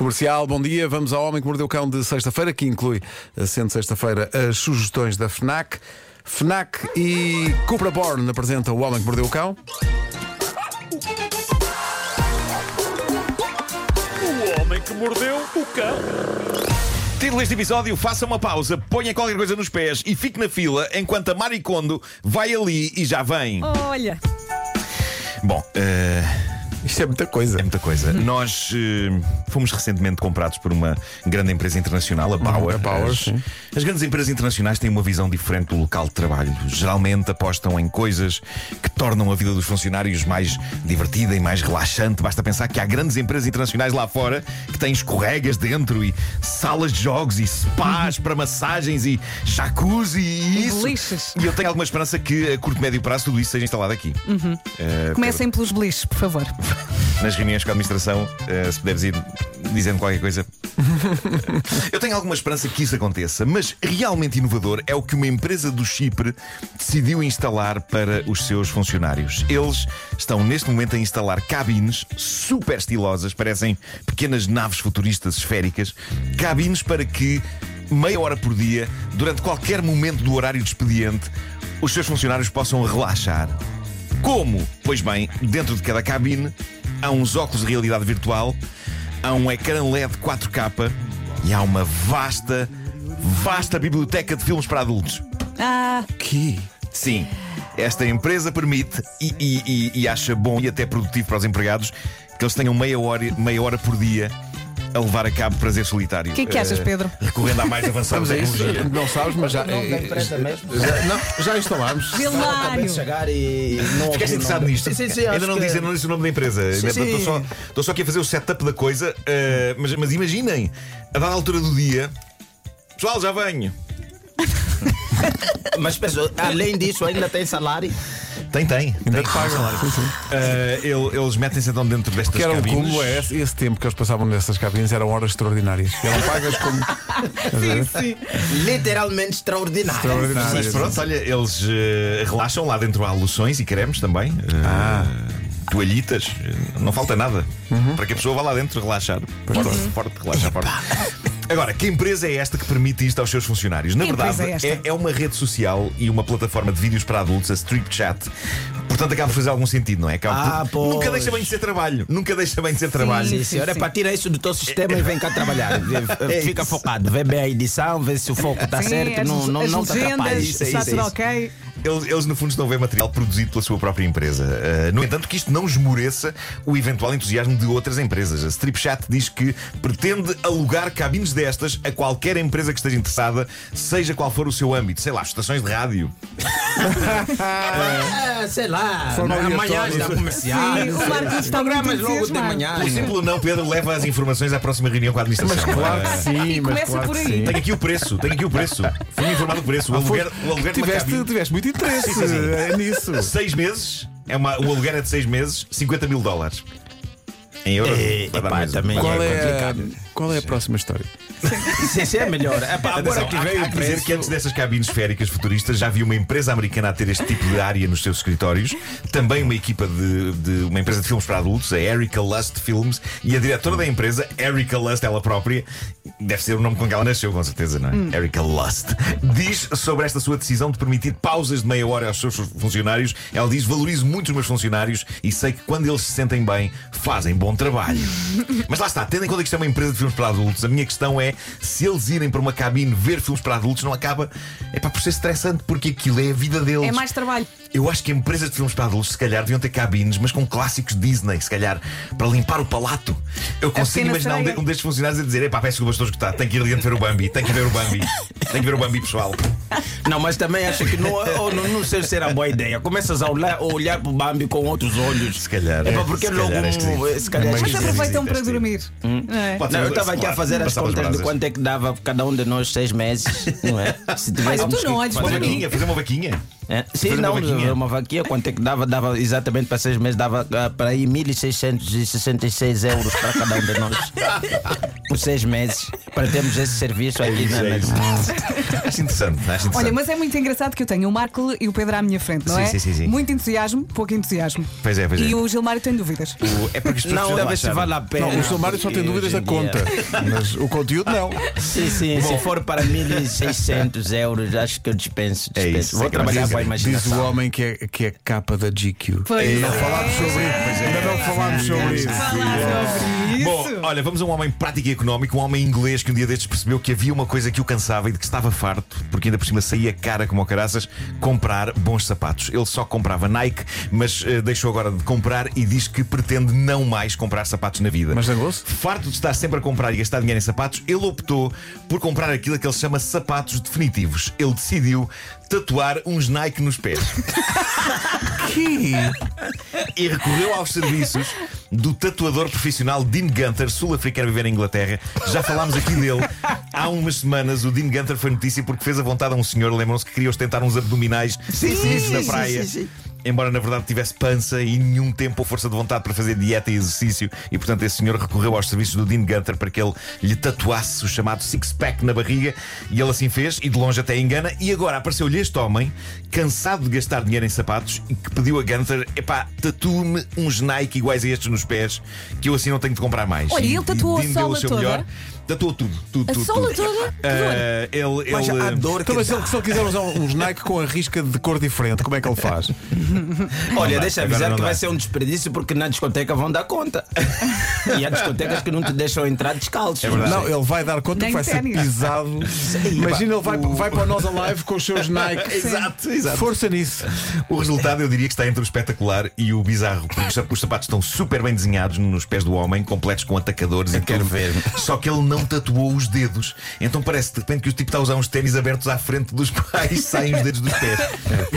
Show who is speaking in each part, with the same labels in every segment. Speaker 1: Comercial, bom dia. Vamos ao Homem que Mordeu o Cão de sexta-feira, que inclui, eh, sendo sexta-feira, as sugestões da FNAC. FNAC e Cupra Born apresenta O Homem que Mordeu o Cão.
Speaker 2: O homem que mordeu o cão.
Speaker 3: Título deste episódio: faça uma pausa, ponha qualquer coisa nos pés e fique na fila enquanto a Maricondo vai ali e já vem.
Speaker 4: Oh. Olha,
Speaker 3: Bom, eh,
Speaker 1: Isto é muita coisa.
Speaker 3: é muita coisa. Nós eh, fomos recentemente comprados por uma grande empresa internacional, a Bauer.
Speaker 1: a Bauer,
Speaker 3: as,
Speaker 1: sim.
Speaker 3: as grandes empresas internacionais têm uma visão diferente do local de trabalho. Geralmente apostam em coisas que tornam a vida dos funcionários mais divertida e mais relaxante. Basta pensar que há grandes empresas internacionais lá fora que têm escorregas dentro e salas de jogos e spas para massagens e jacuzzi e isso.
Speaker 4: Beliches.
Speaker 3: E eu tenho alguma esperança que a curto médio prazo tudo isso seja instalado aqui. Eh,
Speaker 4: comecem pelos beliches, por favor.
Speaker 3: nas reuniões com a administração, eh, se puderes ir dizendo qualquer coisa. Eu tenho alguma esperança que isso aconteça, mas realmente inovador é o que uma empresa do Chipre decidiu instalar para os seus funcionários. Eles estão neste momento a instalar cabines super estilosas, parecem pequenas naves futuristas esféricas, cabines para que meia hora por dia, durante qualquer momento do horário de expediente, os seus funcionários possam relaxar. Como? Pois bem, dentro de cada cabine há uns óculos de realidade virtual, há um ecrã LED 4K e há uma vasta, vasta biblioteca de filmes para adultos.
Speaker 4: Ah,
Speaker 1: Que?
Speaker 3: Sim, esta empresa permite e, e- e- e acha bom e até produtivo para os empregados que eles tenham meia hora, meia hora por dia a levar a cabo prazer solitário. O
Speaker 4: que é que achas, Pedro?
Speaker 3: Recorrendo à mais avançada
Speaker 1: Vamos a isso?
Speaker 3: tecnologia.
Speaker 1: Não sabes, mas já. é-
Speaker 5: Não, não interessa mesmo.
Speaker 1: já, não, já instalámos.
Speaker 4: Vilmário.
Speaker 5: Acabei de chegar e não ouvi
Speaker 3: Ficaste
Speaker 5: o
Speaker 3: interessado
Speaker 5: nome.
Speaker 3: nisto?
Speaker 5: Sim, sim, sim,
Speaker 3: ainda
Speaker 5: acho
Speaker 3: não
Speaker 5: que-
Speaker 3: disse, ainda não disse o nome da empresa.
Speaker 5: Sim,
Speaker 3: Ainda-
Speaker 5: sim.
Speaker 3: Estou só, estou só aqui a fazer o setup da coisa. eh, mas, mas imaginem, a dada altura do dia, pessoal, já venho.
Speaker 5: Mas pessoal, além disso, ainda tem salário.
Speaker 3: Tem, tem.
Speaker 1: Ainda
Speaker 3: tem.
Speaker 1: te pagam. Sim, sim.
Speaker 3: Eh, ele- eles metem-se então dentro destas
Speaker 1: Que eram
Speaker 3: cabines.
Speaker 1: como é, esse tempo que eles passavam nessas cabines eram horas extraordinárias. Eram pagas como.
Speaker 5: Literalmente extraordinário.
Speaker 3: Mas
Speaker 1: extraordinárias.
Speaker 3: pronto, olha, eles eh, relaxam lá dentro há loções e cremes também. ah. Toalhitas, eh, não falta nada. Para que a pessoa vá lá dentro relaxar. Forte, forte, relaxa, forte. Agora, que empresa é esta que permite isto aos seus funcionários? Na
Speaker 4: Que
Speaker 3: verdade,
Speaker 4: empresa é esta?
Speaker 3: é, é uma rede social e uma plataforma de vídeos para adultos, a Strip Chat. Portanto, acaba por fazer algum sentido, não é? Acaba
Speaker 5: Ah,
Speaker 3: por-
Speaker 5: pois.
Speaker 3: Nunca deixa bem de ser trabalho. Nunca deixa bem de ser trabalho.
Speaker 5: Sim, senhor, é para tirar isso do teu sistema e vem cá trabalhar. Vê- Fica focado, vê bem a edição, vê se o foco está
Speaker 4: É Sim,
Speaker 5: certo,
Speaker 4: as,
Speaker 5: não, não,
Speaker 4: as
Speaker 5: não te atrapalhes.
Speaker 4: legendas,
Speaker 5: Isso, é
Speaker 4: está
Speaker 5: isso, é
Speaker 4: tudo
Speaker 5: isso.
Speaker 4: ok.
Speaker 3: Eles, eles, no fundo, estão a ver material produzido pela sua própria empresa. Uh, no entanto, que isto não esmoreça o eventual entusiasmo de outras empresas. A Stripchat diz que pretende alugar cabines destas a qualquer empresa que esteja interessada, seja qual for o seu âmbito. Sei lá, estações de rádio.
Speaker 5: Ah, sei lá,
Speaker 1: Forma
Speaker 3: é
Speaker 5: amanhã
Speaker 1: aleatória.
Speaker 5: está comercial.
Speaker 4: Sim, o Marcos está muito
Speaker 5: Programas logo de
Speaker 4: entusiasmado.
Speaker 5: manhã.
Speaker 3: Por exemplo, não, Pedro, leva as informações à próxima reunião com a administração. é?
Speaker 1: Mas claro que sim, mas
Speaker 4: começa
Speaker 1: claro
Speaker 4: por
Speaker 1: que
Speaker 4: aí.
Speaker 1: sim.
Speaker 3: Tenho aqui o preço, tenho aqui o preço. Fui informado do preço. O aluguer, o aluguer de uma
Speaker 1: Ah, tiveste,
Speaker 3: cabine-
Speaker 1: tiveste muito interesse
Speaker 3: Sim, sim, sim.
Speaker 1: é nisso.
Speaker 3: Seis meses, é uma, o aluguer é de seis meses, 50 mil dólares. Em euros?
Speaker 5: É,
Speaker 3: vai dar
Speaker 5: epá,
Speaker 3: mais-
Speaker 5: também
Speaker 3: vai dar
Speaker 1: Qual
Speaker 3: mais-
Speaker 1: é, a,
Speaker 5: complicado.
Speaker 1: qual é a próxima história?
Speaker 5: Sim, sim, é melhor. É pá, agora
Speaker 3: Atenção,
Speaker 5: que
Speaker 3: há-
Speaker 5: veio
Speaker 3: há
Speaker 5: o
Speaker 3: que dizer que
Speaker 5: preço.
Speaker 3: antes destas cabines esféricas futuristas já havia uma empresa americana a ter este tipo de área nos seus escritórios, também uma equipa de, de- uma empresa de filmes para adultos, a Erica Lust Films, e a diretora da empresa, Erica Lust, ela própria, deve ser o nome com que ela nasceu, com certeza, não é? Erica Lust, diz sobre esta sua decisão de permitir pausas de meia hora aos seus funcionários. Ela diz: valorizo muito os meus funcionários e sei que quando eles se sentem bem, fazem bom trabalho. Mas lá está, tendo em conta que isto é uma empresa de filmes para adultos, a minha questão é se eles irem para uma cabine ver filmes para adultos, não acaba. É para por ser estressante, porque aquilo é a vida deles.
Speaker 4: É mais trabalho.
Speaker 3: Eu acho que empresas de filmes para adultos, se calhar, deviam ter cabines, mas com clássicos Disney, se calhar, para limpar o palato. Eu consigo
Speaker 4: pequena
Speaker 3: imaginar um, de-
Speaker 4: sereia.
Speaker 3: um destes funcionários a dizer: epá, peço desculpa, estou a escutar, tenho que ir ali dentro ver o Bambi, tenho que ver o Bambi, tenho que ver o Bambi, pessoal.
Speaker 5: Não, mas também acho que não, ou não, não sei se era boa ideia. Começas a olhar, a olhar para o Bambi com outros olhos.
Speaker 3: Se calhar.
Speaker 5: É pá, porque
Speaker 3: se
Speaker 5: logo.
Speaker 3: calhar é esquisito. é
Speaker 5: um- se calhar
Speaker 3: Mas
Speaker 4: Mas
Speaker 5: esquisito.
Speaker 4: aproveitam
Speaker 3: sim,
Speaker 4: para
Speaker 3: sim.
Speaker 4: dormir. não é?
Speaker 3: Pode ser,
Speaker 5: Não, eu estava aqui
Speaker 3: claro,
Speaker 5: a fazer as
Speaker 3: passar pelas
Speaker 5: contas de
Speaker 3: brasas.
Speaker 5: quanto é que dava cada um de nós seis meses, não é? Se
Speaker 4: Mas tu
Speaker 5: que
Speaker 4: não olhes
Speaker 3: Uma
Speaker 4: para
Speaker 5: fazer-
Speaker 3: vaquinha, fazer uma vaquinha.
Speaker 5: É, Sim,
Speaker 3: Fazer uma
Speaker 5: não,
Speaker 3: vaquinha.
Speaker 5: uma vaquinha, quanto é que dava? Dava exatamente para seis meses, dava ah, para aí 1666 euros para cada um de nós. por seis meses para termos esse serviço aqui na
Speaker 3: É isso.
Speaker 5: na-
Speaker 3: Acho interessante, acho interessante.
Speaker 4: Olha, mas é muito engraçado que eu tenho o Marco e o Pedro à minha frente, não
Speaker 3: Sim,
Speaker 4: é?
Speaker 3: sim, sim, sim.
Speaker 4: Muito entusiasmo, pouco entusiasmo.
Speaker 3: Pois é, pois
Speaker 4: e
Speaker 3: é.
Speaker 4: o Gilmário tem dúvidas.
Speaker 3: O- É porque as pessoas precisam
Speaker 5: Não,
Speaker 3: né?
Speaker 5: talvez se
Speaker 3: relaxar.
Speaker 5: vale a pena.
Speaker 1: Não, o Somário só tem
Speaker 5: porque
Speaker 1: dúvidas da
Speaker 5: hoje em dia-
Speaker 1: conta, mas o conteúdo não.
Speaker 5: Sim, sim, se for para 1600 euros, acho que eu dispenso.
Speaker 3: É
Speaker 5: dispenso.
Speaker 3: isso,
Speaker 5: Vou
Speaker 3: é
Speaker 5: trabalhar
Speaker 3: graças.
Speaker 5: com a
Speaker 1: Diz o
Speaker 5: imaginação.
Speaker 1: homem que é, que é capa da GQ.
Speaker 4: Pois
Speaker 1: Ainda não
Speaker 4: é.
Speaker 1: falámos sobre isso. é. Ainda não falámos sobre isso.
Speaker 3: Bom, olha, vamos a um homem prático e económico, um homem inglês que um dia destes percebeu que havia uma coisa que o cansava e de que estava farto, porque ainda por cima saía cara como o caraças, comprar bons sapatos. Ele só comprava Nike, mas eh, deixou agora de comprar e diz que pretende não mais comprar sapatos na vida.
Speaker 1: Mas zangou-se?
Speaker 3: Farto de estar sempre a comprar e gastar dinheiro em sapatos, ele optou por comprar aquilo que ele chama sapatos definitivos. Ele decidiu tatuar uns Nike nos pés e recorreu aos serviços do tatuador profissional Dean Gunter, sul-africano a viver em Inglaterra. Já falámos aqui dele. Há umas semanas o Dean Gunter foi notícia porque fez a vontade a um senhor, lembram-se que queria ostentar uns abdominais
Speaker 5: sim,
Speaker 3: na
Speaker 5: sim,
Speaker 3: praia.
Speaker 5: sim, sim.
Speaker 3: Embora na verdade tivesse pança e nenhum tempo ou força de vontade para fazer dieta e exercício, e portanto esse senhor recorreu aos serviços do Dean Gunter para que ele lhe tatuasse o chamado six-pack na barriga, e ele assim fez, e de longe até engana. E agora apareceu-lhe este homem, cansado de gastar dinheiro em sapatos, e que pediu a Gunter: epá, tatue-me uns Nike iguais a estes nos pés, que eu assim não tenho de comprar mais.
Speaker 4: Olha,
Speaker 3: E-
Speaker 4: ele
Speaker 3: e
Speaker 4: tatuou a
Speaker 3: Dean deu o
Speaker 4: sola
Speaker 3: seu
Speaker 4: toda?
Speaker 3: melhor. Tatuou tudo, tudo,
Speaker 4: A
Speaker 3: tudo.
Speaker 4: sola
Speaker 3: tudo.
Speaker 4: toda? Que
Speaker 3: Ah, ele,
Speaker 5: Mas
Speaker 3: ele,
Speaker 5: a dor que
Speaker 1: Então, mas se
Speaker 5: dá.
Speaker 1: ele, se ele quiser usar uns Nike com a risca de cor diferente, como é que ele faz?
Speaker 5: Olha,
Speaker 3: dá,
Speaker 5: deixa
Speaker 3: agora
Speaker 5: avisar
Speaker 3: não
Speaker 5: que
Speaker 3: dá.
Speaker 5: vai ser um desperdício porque na discoteca vão dar conta. e há discotecas que não te deixam entrar descalço.
Speaker 3: É verdade.
Speaker 1: Não, ele vai dar conta
Speaker 4: Nem
Speaker 1: que vai ser
Speaker 4: ténis.
Speaker 1: pisado. Imagina, ele vai, vai para o Nós Alive com os seus Nike.
Speaker 3: Exato, exato.
Speaker 1: Força nisso.
Speaker 3: O
Speaker 5: é.
Speaker 3: resultado eu diria que está entre o espetacular e o bizarro, porque os sap- os sapatos estão super bem desenhados nos pés do homem, completos com atacadores e
Speaker 5: quero
Speaker 3: tudo.
Speaker 5: ver.
Speaker 3: Só que ele não tatuou os dedos. Então parece de repente que o tipo está a usar uns ténis abertos à frente dos quais saem os dedos dos pés.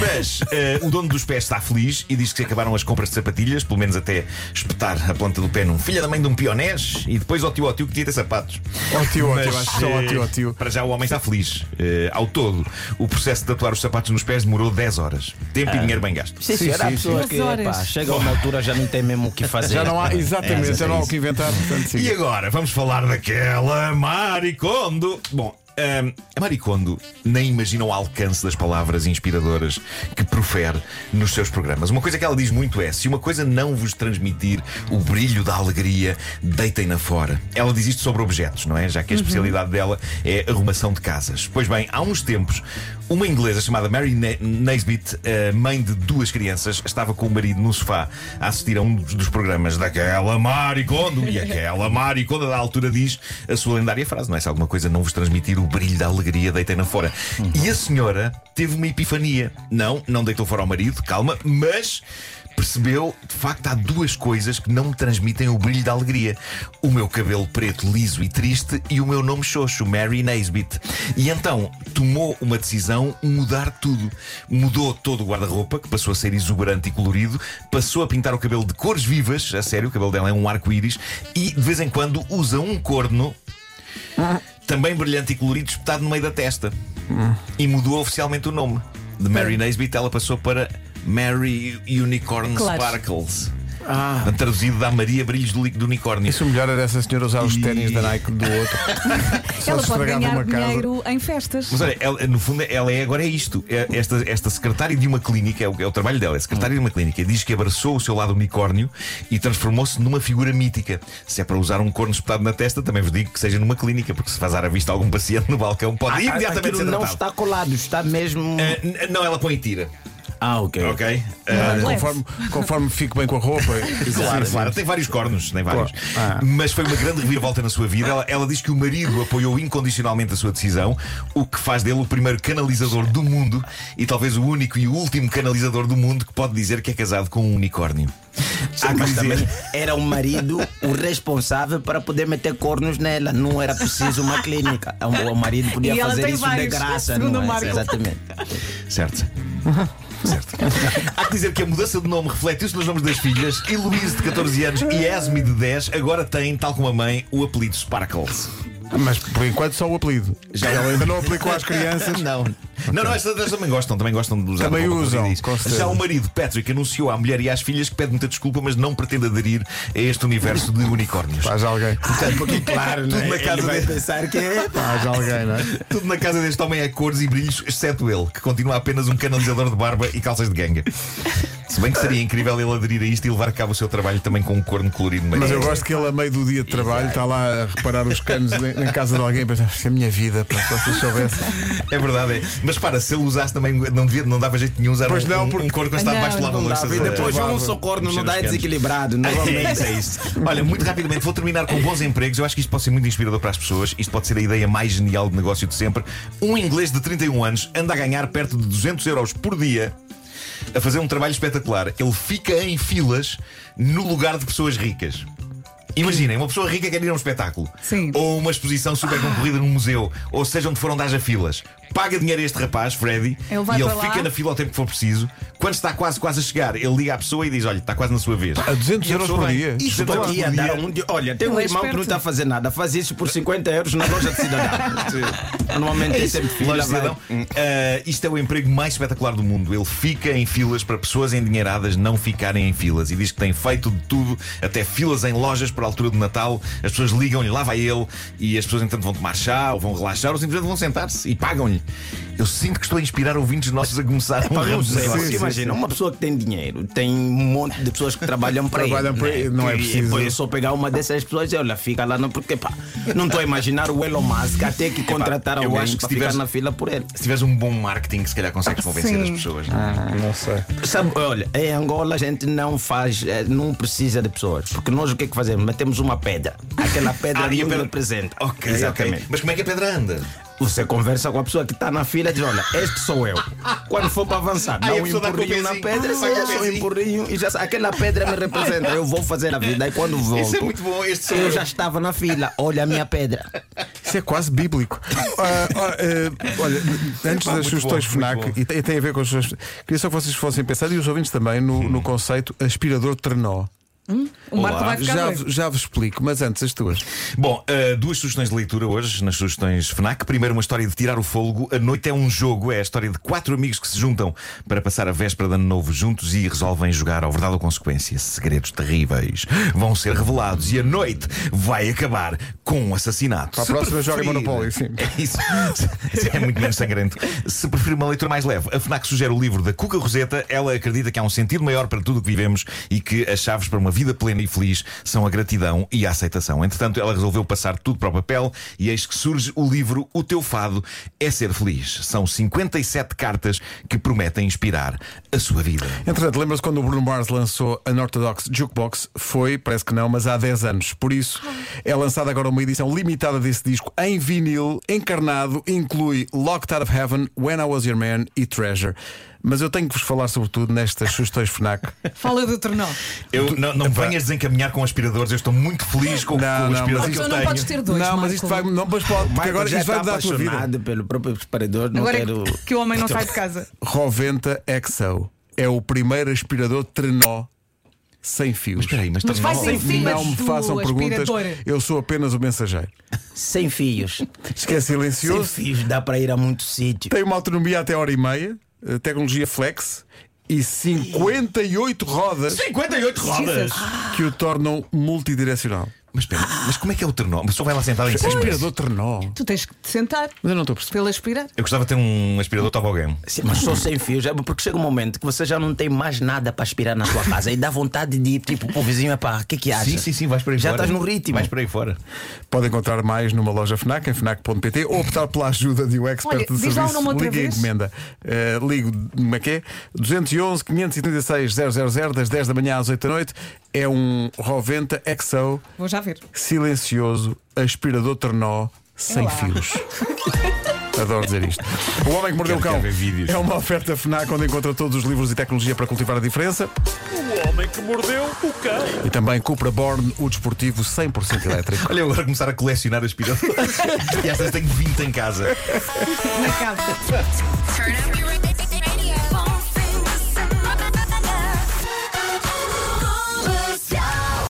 Speaker 3: Mas eh, o dono dos pés está feliz e diz que se acabaram as compras de sapatilhas, pelo menos até espetar a planta do pé num filho da mãe de um pionés e depois ao tio ao tio que devia ter sapatos.
Speaker 1: Ó tio, ó
Speaker 3: Mas,
Speaker 1: tio, acho que só ó
Speaker 3: eh,
Speaker 1: tio, ó tio.
Speaker 3: Para já o homem está feliz. Eh, ao todo, o processo de tatuar os sapatos nos pés demorou 10 horas. Tempo e dinheiro bem gasto.
Speaker 5: Sim,
Speaker 1: Sim,
Speaker 5: sim, há
Speaker 1: sim,
Speaker 5: pessoas
Speaker 4: sim.
Speaker 5: que
Speaker 4: Duas
Speaker 5: epá,
Speaker 4: horas.
Speaker 5: chegam a uma altura já não tem mesmo o que fazer.
Speaker 1: Já não há,
Speaker 5: É,
Speaker 1: exatamente,
Speaker 5: é
Speaker 1: já não há o
Speaker 5: isso.
Speaker 1: que inventar. Portanto, sim.
Speaker 3: E agora vamos falar daquela Maricondo. Bom, hum, a Maricondo nem imagina o alcance das palavras inspiradoras que profere nos seus programas. Uma coisa que ela diz muito é: se uma coisa não vos transmitir o brilho da alegria, deitem-na fora. Ela diz isto sobre objetos, não é? Já que a especialidade dela é arrumação de casas. Pois bem, há uns tempos, uma inglesa chamada Mary Ne- Nesbitt, eh, mãe de duas crianças, estava com o marido no sofá a assistir a um dos dos programas daquela Maricondo. E aquela Maricondo, da altura, diz a sua lendária frase: Não é? Se alguma coisa não vos transmitir o brilho da alegria, deitem-na fora. E a senhora teve uma epifania. Não, não deitou fora ao marido, calma, mas. Percebeu, de facto, há duas coisas que não me transmitem o brilho da alegria: o meu cabelo preto, liso e triste, e o meu nome xoxo, Mary Nesbitt. E então tomou uma decisão mudar tudo. Mudou todo o guarda-roupa, que passou a ser exuberante e colorido, passou a pintar o cabelo de cores vivas, a sério, o cabelo dela é um arco-íris, e de vez em quando usa um corno, também brilhante e colorido, espetado no meio da testa. E mudou oficialmente o nome. De Mary Nesbitt, ela passou para Mary Unicorn
Speaker 4: Claro.
Speaker 3: Sparkles.
Speaker 5: Ah.
Speaker 3: Traduzido da Maria Brilhos do Li- do Unicórnio.
Speaker 1: Isso o melhor era essa senhora usar os
Speaker 3: E-
Speaker 1: ténis da Nike um do outro. Só
Speaker 4: Ela
Speaker 1: se
Speaker 4: pode
Speaker 1: estragava
Speaker 4: ganhar
Speaker 1: uma casa.
Speaker 4: dinheiro em festas.
Speaker 3: Mas é- olha, ela, no fundo, ela é agora é isto. É esta, esta secretária de uma clínica, é o, é o trabalho dela, é secretária de uma clínica, diz que abraçou o seu lado unicórnio e transformou-se numa figura mítica. Se é para usar um corno espetado na testa, também vos digo que seja numa clínica, porque se vazar à vista algum paciente no balcão, pode
Speaker 5: A- a-
Speaker 3: imediatamente
Speaker 5: Ah, Aquilo
Speaker 3: ser
Speaker 5: não
Speaker 3: tratado.
Speaker 5: está colado, está mesmo.
Speaker 3: Ah, n- não, ela põe e tira.
Speaker 5: Ah, ok.
Speaker 3: Ok? Ah,
Speaker 1: Olha,
Speaker 4: Leve.
Speaker 1: Conforme, conforme fico bem com a roupa.
Speaker 3: Claro,
Speaker 1: Sim, sim.
Speaker 3: claro, tem vários cornos, tem vários.
Speaker 1: Ah.
Speaker 3: Mas foi uma grande reviravolta na sua vida. Ela, ela diz que o marido apoiou incondicionalmente a sua decisão, o que faz dele o primeiro canalizador do mundo e talvez o único e último canalizador do mundo que pode dizer que é casado com um unicórnio. Há que
Speaker 5: Ah, Mas também
Speaker 3: dizer.
Speaker 5: era o marido o responsável para poder meter cornos nela. Não era preciso uma clínica. O o marido podia
Speaker 4: E ela
Speaker 5: fazer
Speaker 4: tem
Speaker 5: isso
Speaker 4: vários,
Speaker 5: de graça,
Speaker 4: segundo o
Speaker 5: não
Speaker 4: Marco.
Speaker 5: é? Exatamente.
Speaker 3: Certo. Certo. Há que dizer que a mudança de nome refletiu-se nos nomes das filhas. Heloísa, de 14 anos, e Esme, de 10, agora têm, tal como a mãe, o apelido Sparkles.
Speaker 1: Mas por enquanto só o apelido.
Speaker 3: Já-
Speaker 1: Ela ainda não aplicou às crianças.
Speaker 3: Não, não, não estas, também gostam, também gostam de usar
Speaker 1: Também
Speaker 3: como
Speaker 1: usam,
Speaker 3: diz.
Speaker 1: com certeza.
Speaker 3: Já o marido Patrick anunciou à mulher e às filhas que pede muita desculpa, mas não pretende aderir a este universo de unicórnios.
Speaker 1: Faz um alguém.
Speaker 5: Porque, claro,
Speaker 3: Tudo
Speaker 1: é?
Speaker 5: né?
Speaker 3: na casa
Speaker 5: ele vai
Speaker 3: dele.
Speaker 5: pensar que é.
Speaker 1: Faz alguém, não é?
Speaker 3: Tudo na casa deste homem é cores e brilhos, exceto ele, que continua apenas um canalizador de barba e calças de ganga. Se bem que seria incrível ele aderir a isto e levar a cabo o seu trabalho também com um corno colorido no meio.
Speaker 1: Mas eu gosto que ele, a meio do dia de trabalho, está lá a reparar os canos em em casa de alguém e pensa, "Isto é a minha vida, para se vocês soubessem.
Speaker 3: É verdade, é. Mas para, se ele usasse também, não, devia, não dava jeito nenhum usar
Speaker 1: Pois
Speaker 3: um,
Speaker 1: não,
Speaker 3: um-
Speaker 1: porque-
Speaker 3: um corno que está debaixo do
Speaker 4: Não, não
Speaker 3: lava-louças.
Speaker 5: E
Speaker 3: a-
Speaker 5: depois vão um socorro,
Speaker 3: mexer
Speaker 5: não
Speaker 3: os
Speaker 5: dá
Speaker 3: canos.
Speaker 5: desequilibrado.
Speaker 3: É isso,
Speaker 5: Novamente.
Speaker 3: é isso. Olha, muito rapidamente, vou terminar com bons empregos. Eu acho que isto pode ser muito inspirador para as pessoas. Isto pode ser a ideia mais genial de negócio de sempre. Um inglês de 31 anos anda a ganhar perto de 200 euros por dia a fazer um trabalho espetacular. Ele fica em filas no lugar de pessoas ricas. Imaginem, uma pessoa rica quer ir a um espetáculo
Speaker 4: Sim.
Speaker 3: ou uma exposição super concorrida num museu, ou seja, onde foram das filas. Paga dinheiro a este rapaz, Freddy,
Speaker 4: Ele vai
Speaker 3: e ele
Speaker 4: para lá.
Speaker 3: fica na fila ao tempo que for preciso. Quando está quase, quase a chegar, ele liga à pessoa e diz: Olha, está quase na sua vez.
Speaker 1: A 200
Speaker 3: E a
Speaker 1: euros
Speaker 3: pessoa
Speaker 1: por
Speaker 3: vem.
Speaker 1: dia?
Speaker 5: Isso
Speaker 3: Então,
Speaker 5: daqui ia
Speaker 3: podia-
Speaker 5: dar um dia. Olha, tem um
Speaker 4: Ele é
Speaker 5: irmão que não
Speaker 4: esperto.
Speaker 5: está a fazer nada. Faz isso por 50 euros na loja de cidadão. Normalmente tem sempre
Speaker 3: Loja
Speaker 5: fila.
Speaker 3: Cidadão.
Speaker 5: vai.
Speaker 3: Ah, isto é o emprego mais espetacular do mundo. Ele fica em filas para pessoas endinheiradas não ficarem em filas e diz que tem feito de tudo, até filas em lojas por altura de Natal. As pessoas ligam-lhe, lá vai ele, e as pessoas entretanto vão tomar chá ou vão relaxar ou simplesmente vão sentar-se e pagam-lhe. Eu sinto que estou a inspirar ouvintes nossos a
Speaker 1: É
Speaker 3: começar um
Speaker 5: Pá,
Speaker 3: ramo
Speaker 5: não
Speaker 3: de
Speaker 5: sei,
Speaker 3: negócio.
Speaker 5: você imagina, uma pessoa que tem dinheiro, tem um monte de pessoas que trabalham para
Speaker 1: Trabalham
Speaker 5: ele.
Speaker 1: para
Speaker 5: né?
Speaker 1: ele, não é
Speaker 5: E
Speaker 1: preciso.
Speaker 5: depois eu só pegar uma dessas pessoas e olha, fica lá, não, porque pá, não estou a imaginar o Elon Musk a ter que contratar
Speaker 3: eu
Speaker 5: alguém
Speaker 3: acho que
Speaker 5: para
Speaker 3: se
Speaker 5: ficar
Speaker 3: tivesse-
Speaker 5: na fila por ele.
Speaker 3: Se tiveres um bom marketing, se calhar consegues convencer
Speaker 4: Sim.
Speaker 3: as pessoas. é?
Speaker 1: Ah, Não sei.
Speaker 5: Sabe, olha, em Angola a gente não faz, eh, não precisa de pessoas. Porque nós o que é que fazemos? Metemos uma pedra. Aquela pedra
Speaker 3: e a
Speaker 5: não
Speaker 3: pedra-
Speaker 5: representa.
Speaker 3: Ah, Ok,
Speaker 5: Exatamente.
Speaker 3: ok. Mas como é que a pedra anda?
Speaker 5: Você conversa com a pessoa que está na fila e diz: Olha, este sou eu. Quando for para avançar, dá
Speaker 3: Aí a
Speaker 5: um
Speaker 3: pessoa dá com o
Speaker 5: empurrinho na
Speaker 3: pezinho.
Speaker 5: pedra,
Speaker 3: Ah,
Speaker 5: sai
Speaker 3: com o
Speaker 5: só um
Speaker 3: pezinho.
Speaker 5: empurrinho e já sabe, aquela pedra me representa. Eu vou fazer a vida. E quando volto,
Speaker 3: Isso é muito bom, este sou
Speaker 5: eu
Speaker 3: eu.
Speaker 5: já estava na fila. Olha a minha pedra.
Speaker 1: Isso é quase bíblico. Ah, ah, ah, olha, antes
Speaker 3: Pá,
Speaker 1: das
Speaker 3: muito
Speaker 1: sugestões
Speaker 3: bom,
Speaker 1: FNAC,
Speaker 3: muito
Speaker 1: e tem, e tem a ver com as suas. Queria só que vocês fossem pensar, e os ouvintes também, no, no conceito aspirador de trenó.
Speaker 4: O Marco
Speaker 3: Olá,
Speaker 4: vai ficar
Speaker 1: Já,
Speaker 4: doido.
Speaker 1: vos- já vos explico, mas antes as tuas.
Speaker 3: Bom, uh, duas sugestões de leitura hoje nas sugestões FNAC. Primeiro, uma história de tirar o fôlego. A noite é um jogo, é a história de quatro amigos que se juntam para passar a véspera de ano novo juntos e resolvem jogar ao verdade ou consequência. Segredos terríveis vão ser revelados e a noite vai acabar com um assassinato.
Speaker 1: Para a
Speaker 3: Se
Speaker 1: próxima, joga
Speaker 3: preferir-
Speaker 1: Monopólio, sim.
Speaker 3: É isso. Isso é muito menos sangrento. Se preferir uma leitura mais leve, a FNAC sugere o livro da Cuca Roseta. Ela acredita que há um sentido maior para tudo o que vivemos e que as chaves para uma vida plena e feliz são a gratidão e a aceitação. Entretanto, ela resolveu passar tudo para o papel e eis que surge o livro O Teu Fado é Ser Feliz. São 57 cartas que prometem inspirar a sua vida.
Speaker 1: Entretanto, lembra-se quando o Bruno Mars lançou a Unorthodox Jukebox? Foi, parece que não, mas há 10 anos. Por isso,
Speaker 4: Ah.
Speaker 1: é lançada agora uma edição limitada desse disco em vinil, encarnado, inclui Locked Out of Heaven, When I Was Your Man e Treasure. Mas eu tenho que vos falar, sobretudo, nestas sugestões FNAC.
Speaker 4: Fala do Tornó.
Speaker 3: Eu não, não me venhas desencaminhar com aspiradores, eu estou muito feliz com, o-
Speaker 1: Não,
Speaker 3: com o
Speaker 1: não,
Speaker 3: aspirador
Speaker 1: mas
Speaker 3: que
Speaker 1: isso-
Speaker 3: eu
Speaker 4: Tu
Speaker 3: tenho.
Speaker 4: não podes ter dois.
Speaker 1: não, mas
Speaker 4: Marco.
Speaker 1: isto vai. Não, mas pode, porque agora
Speaker 5: já
Speaker 1: isto vai
Speaker 5: está
Speaker 1: mudar a tua vida.
Speaker 5: apaixonado pelo próprio disparador. Não
Speaker 4: Agora é
Speaker 5: quero.
Speaker 4: que- que o homem não sai de casa.
Speaker 1: Então, Roventa XO é o primeiro aspirador trenó sem fios.
Speaker 3: Espera aí, mas,
Speaker 4: Mas vai
Speaker 3: não-
Speaker 4: sem fio.
Speaker 1: não me
Speaker 4: do
Speaker 1: façam perguntas,
Speaker 4: aspirador.
Speaker 1: eu sou apenas o mensageiro.
Speaker 5: Sem fios.
Speaker 1: Isto que é
Speaker 5: Sem
Speaker 1: silencioso,
Speaker 5: fios dá para ir a muito sítio.
Speaker 1: tem uma autonomia até hora e meia, eh, tecnologia flex e 58 rodas
Speaker 3: 58 rodas!
Speaker 1: que o tornam multidirecional.
Speaker 3: Mas espera, mas como é que é o trenó? Uma pessoa vai lá sentada em cima.
Speaker 1: Aspirador trenó.
Speaker 4: Tu tens que te sentar
Speaker 1: Mas eu não estou a perceber.
Speaker 4: pelo aspirar.
Speaker 3: Eu gostava de ter um aspirador tobogã.
Speaker 5: Sim, mas só sem fios, é porque chega um momento que você já não tem mais nada para aspirar na sua casa e dá vontade de ir, tipo, pô, vizinho, é pá, o que é que acha?
Speaker 3: Sim, sim, sim, vais para aí
Speaker 5: Já
Speaker 3: fora.
Speaker 5: estás no ritmo.
Speaker 3: Vais para aí fora.
Speaker 1: Pode encontrar mais numa loja FNAC, em FNAC.pt, ou optar pela ajuda de um expert
Speaker 4: Olha,
Speaker 1: de
Speaker 4: diz lá o
Speaker 1: serviço.
Speaker 4: nome outra
Speaker 1: Liga e
Speaker 4: vez.
Speaker 1: encomenda. Eh, ligo, como é que é? 211 536 000, das 10 da manhã às 8 da noite. É um Roventa XO
Speaker 4: Vou já ver.
Speaker 1: silencioso, aspirador trenó, sem
Speaker 4: Olá.
Speaker 1: fios. Adoro dizer isto. O Homem que Mordeu o
Speaker 3: Quero
Speaker 1: Cão
Speaker 3: ver vídeos.
Speaker 1: é uma oferta FNAC onde encontra todos os livros e tecnologia para cultivar a diferença
Speaker 2: O homem que mordeu o cão.
Speaker 1: e também Cupra Born, o desportivo 100% elétrico.
Speaker 3: Olha, eu agora começar a colecionar aspiradores. e às vezes tenho 20 em casa.
Speaker 4: Na casa.
Speaker 6: Turn up your radio.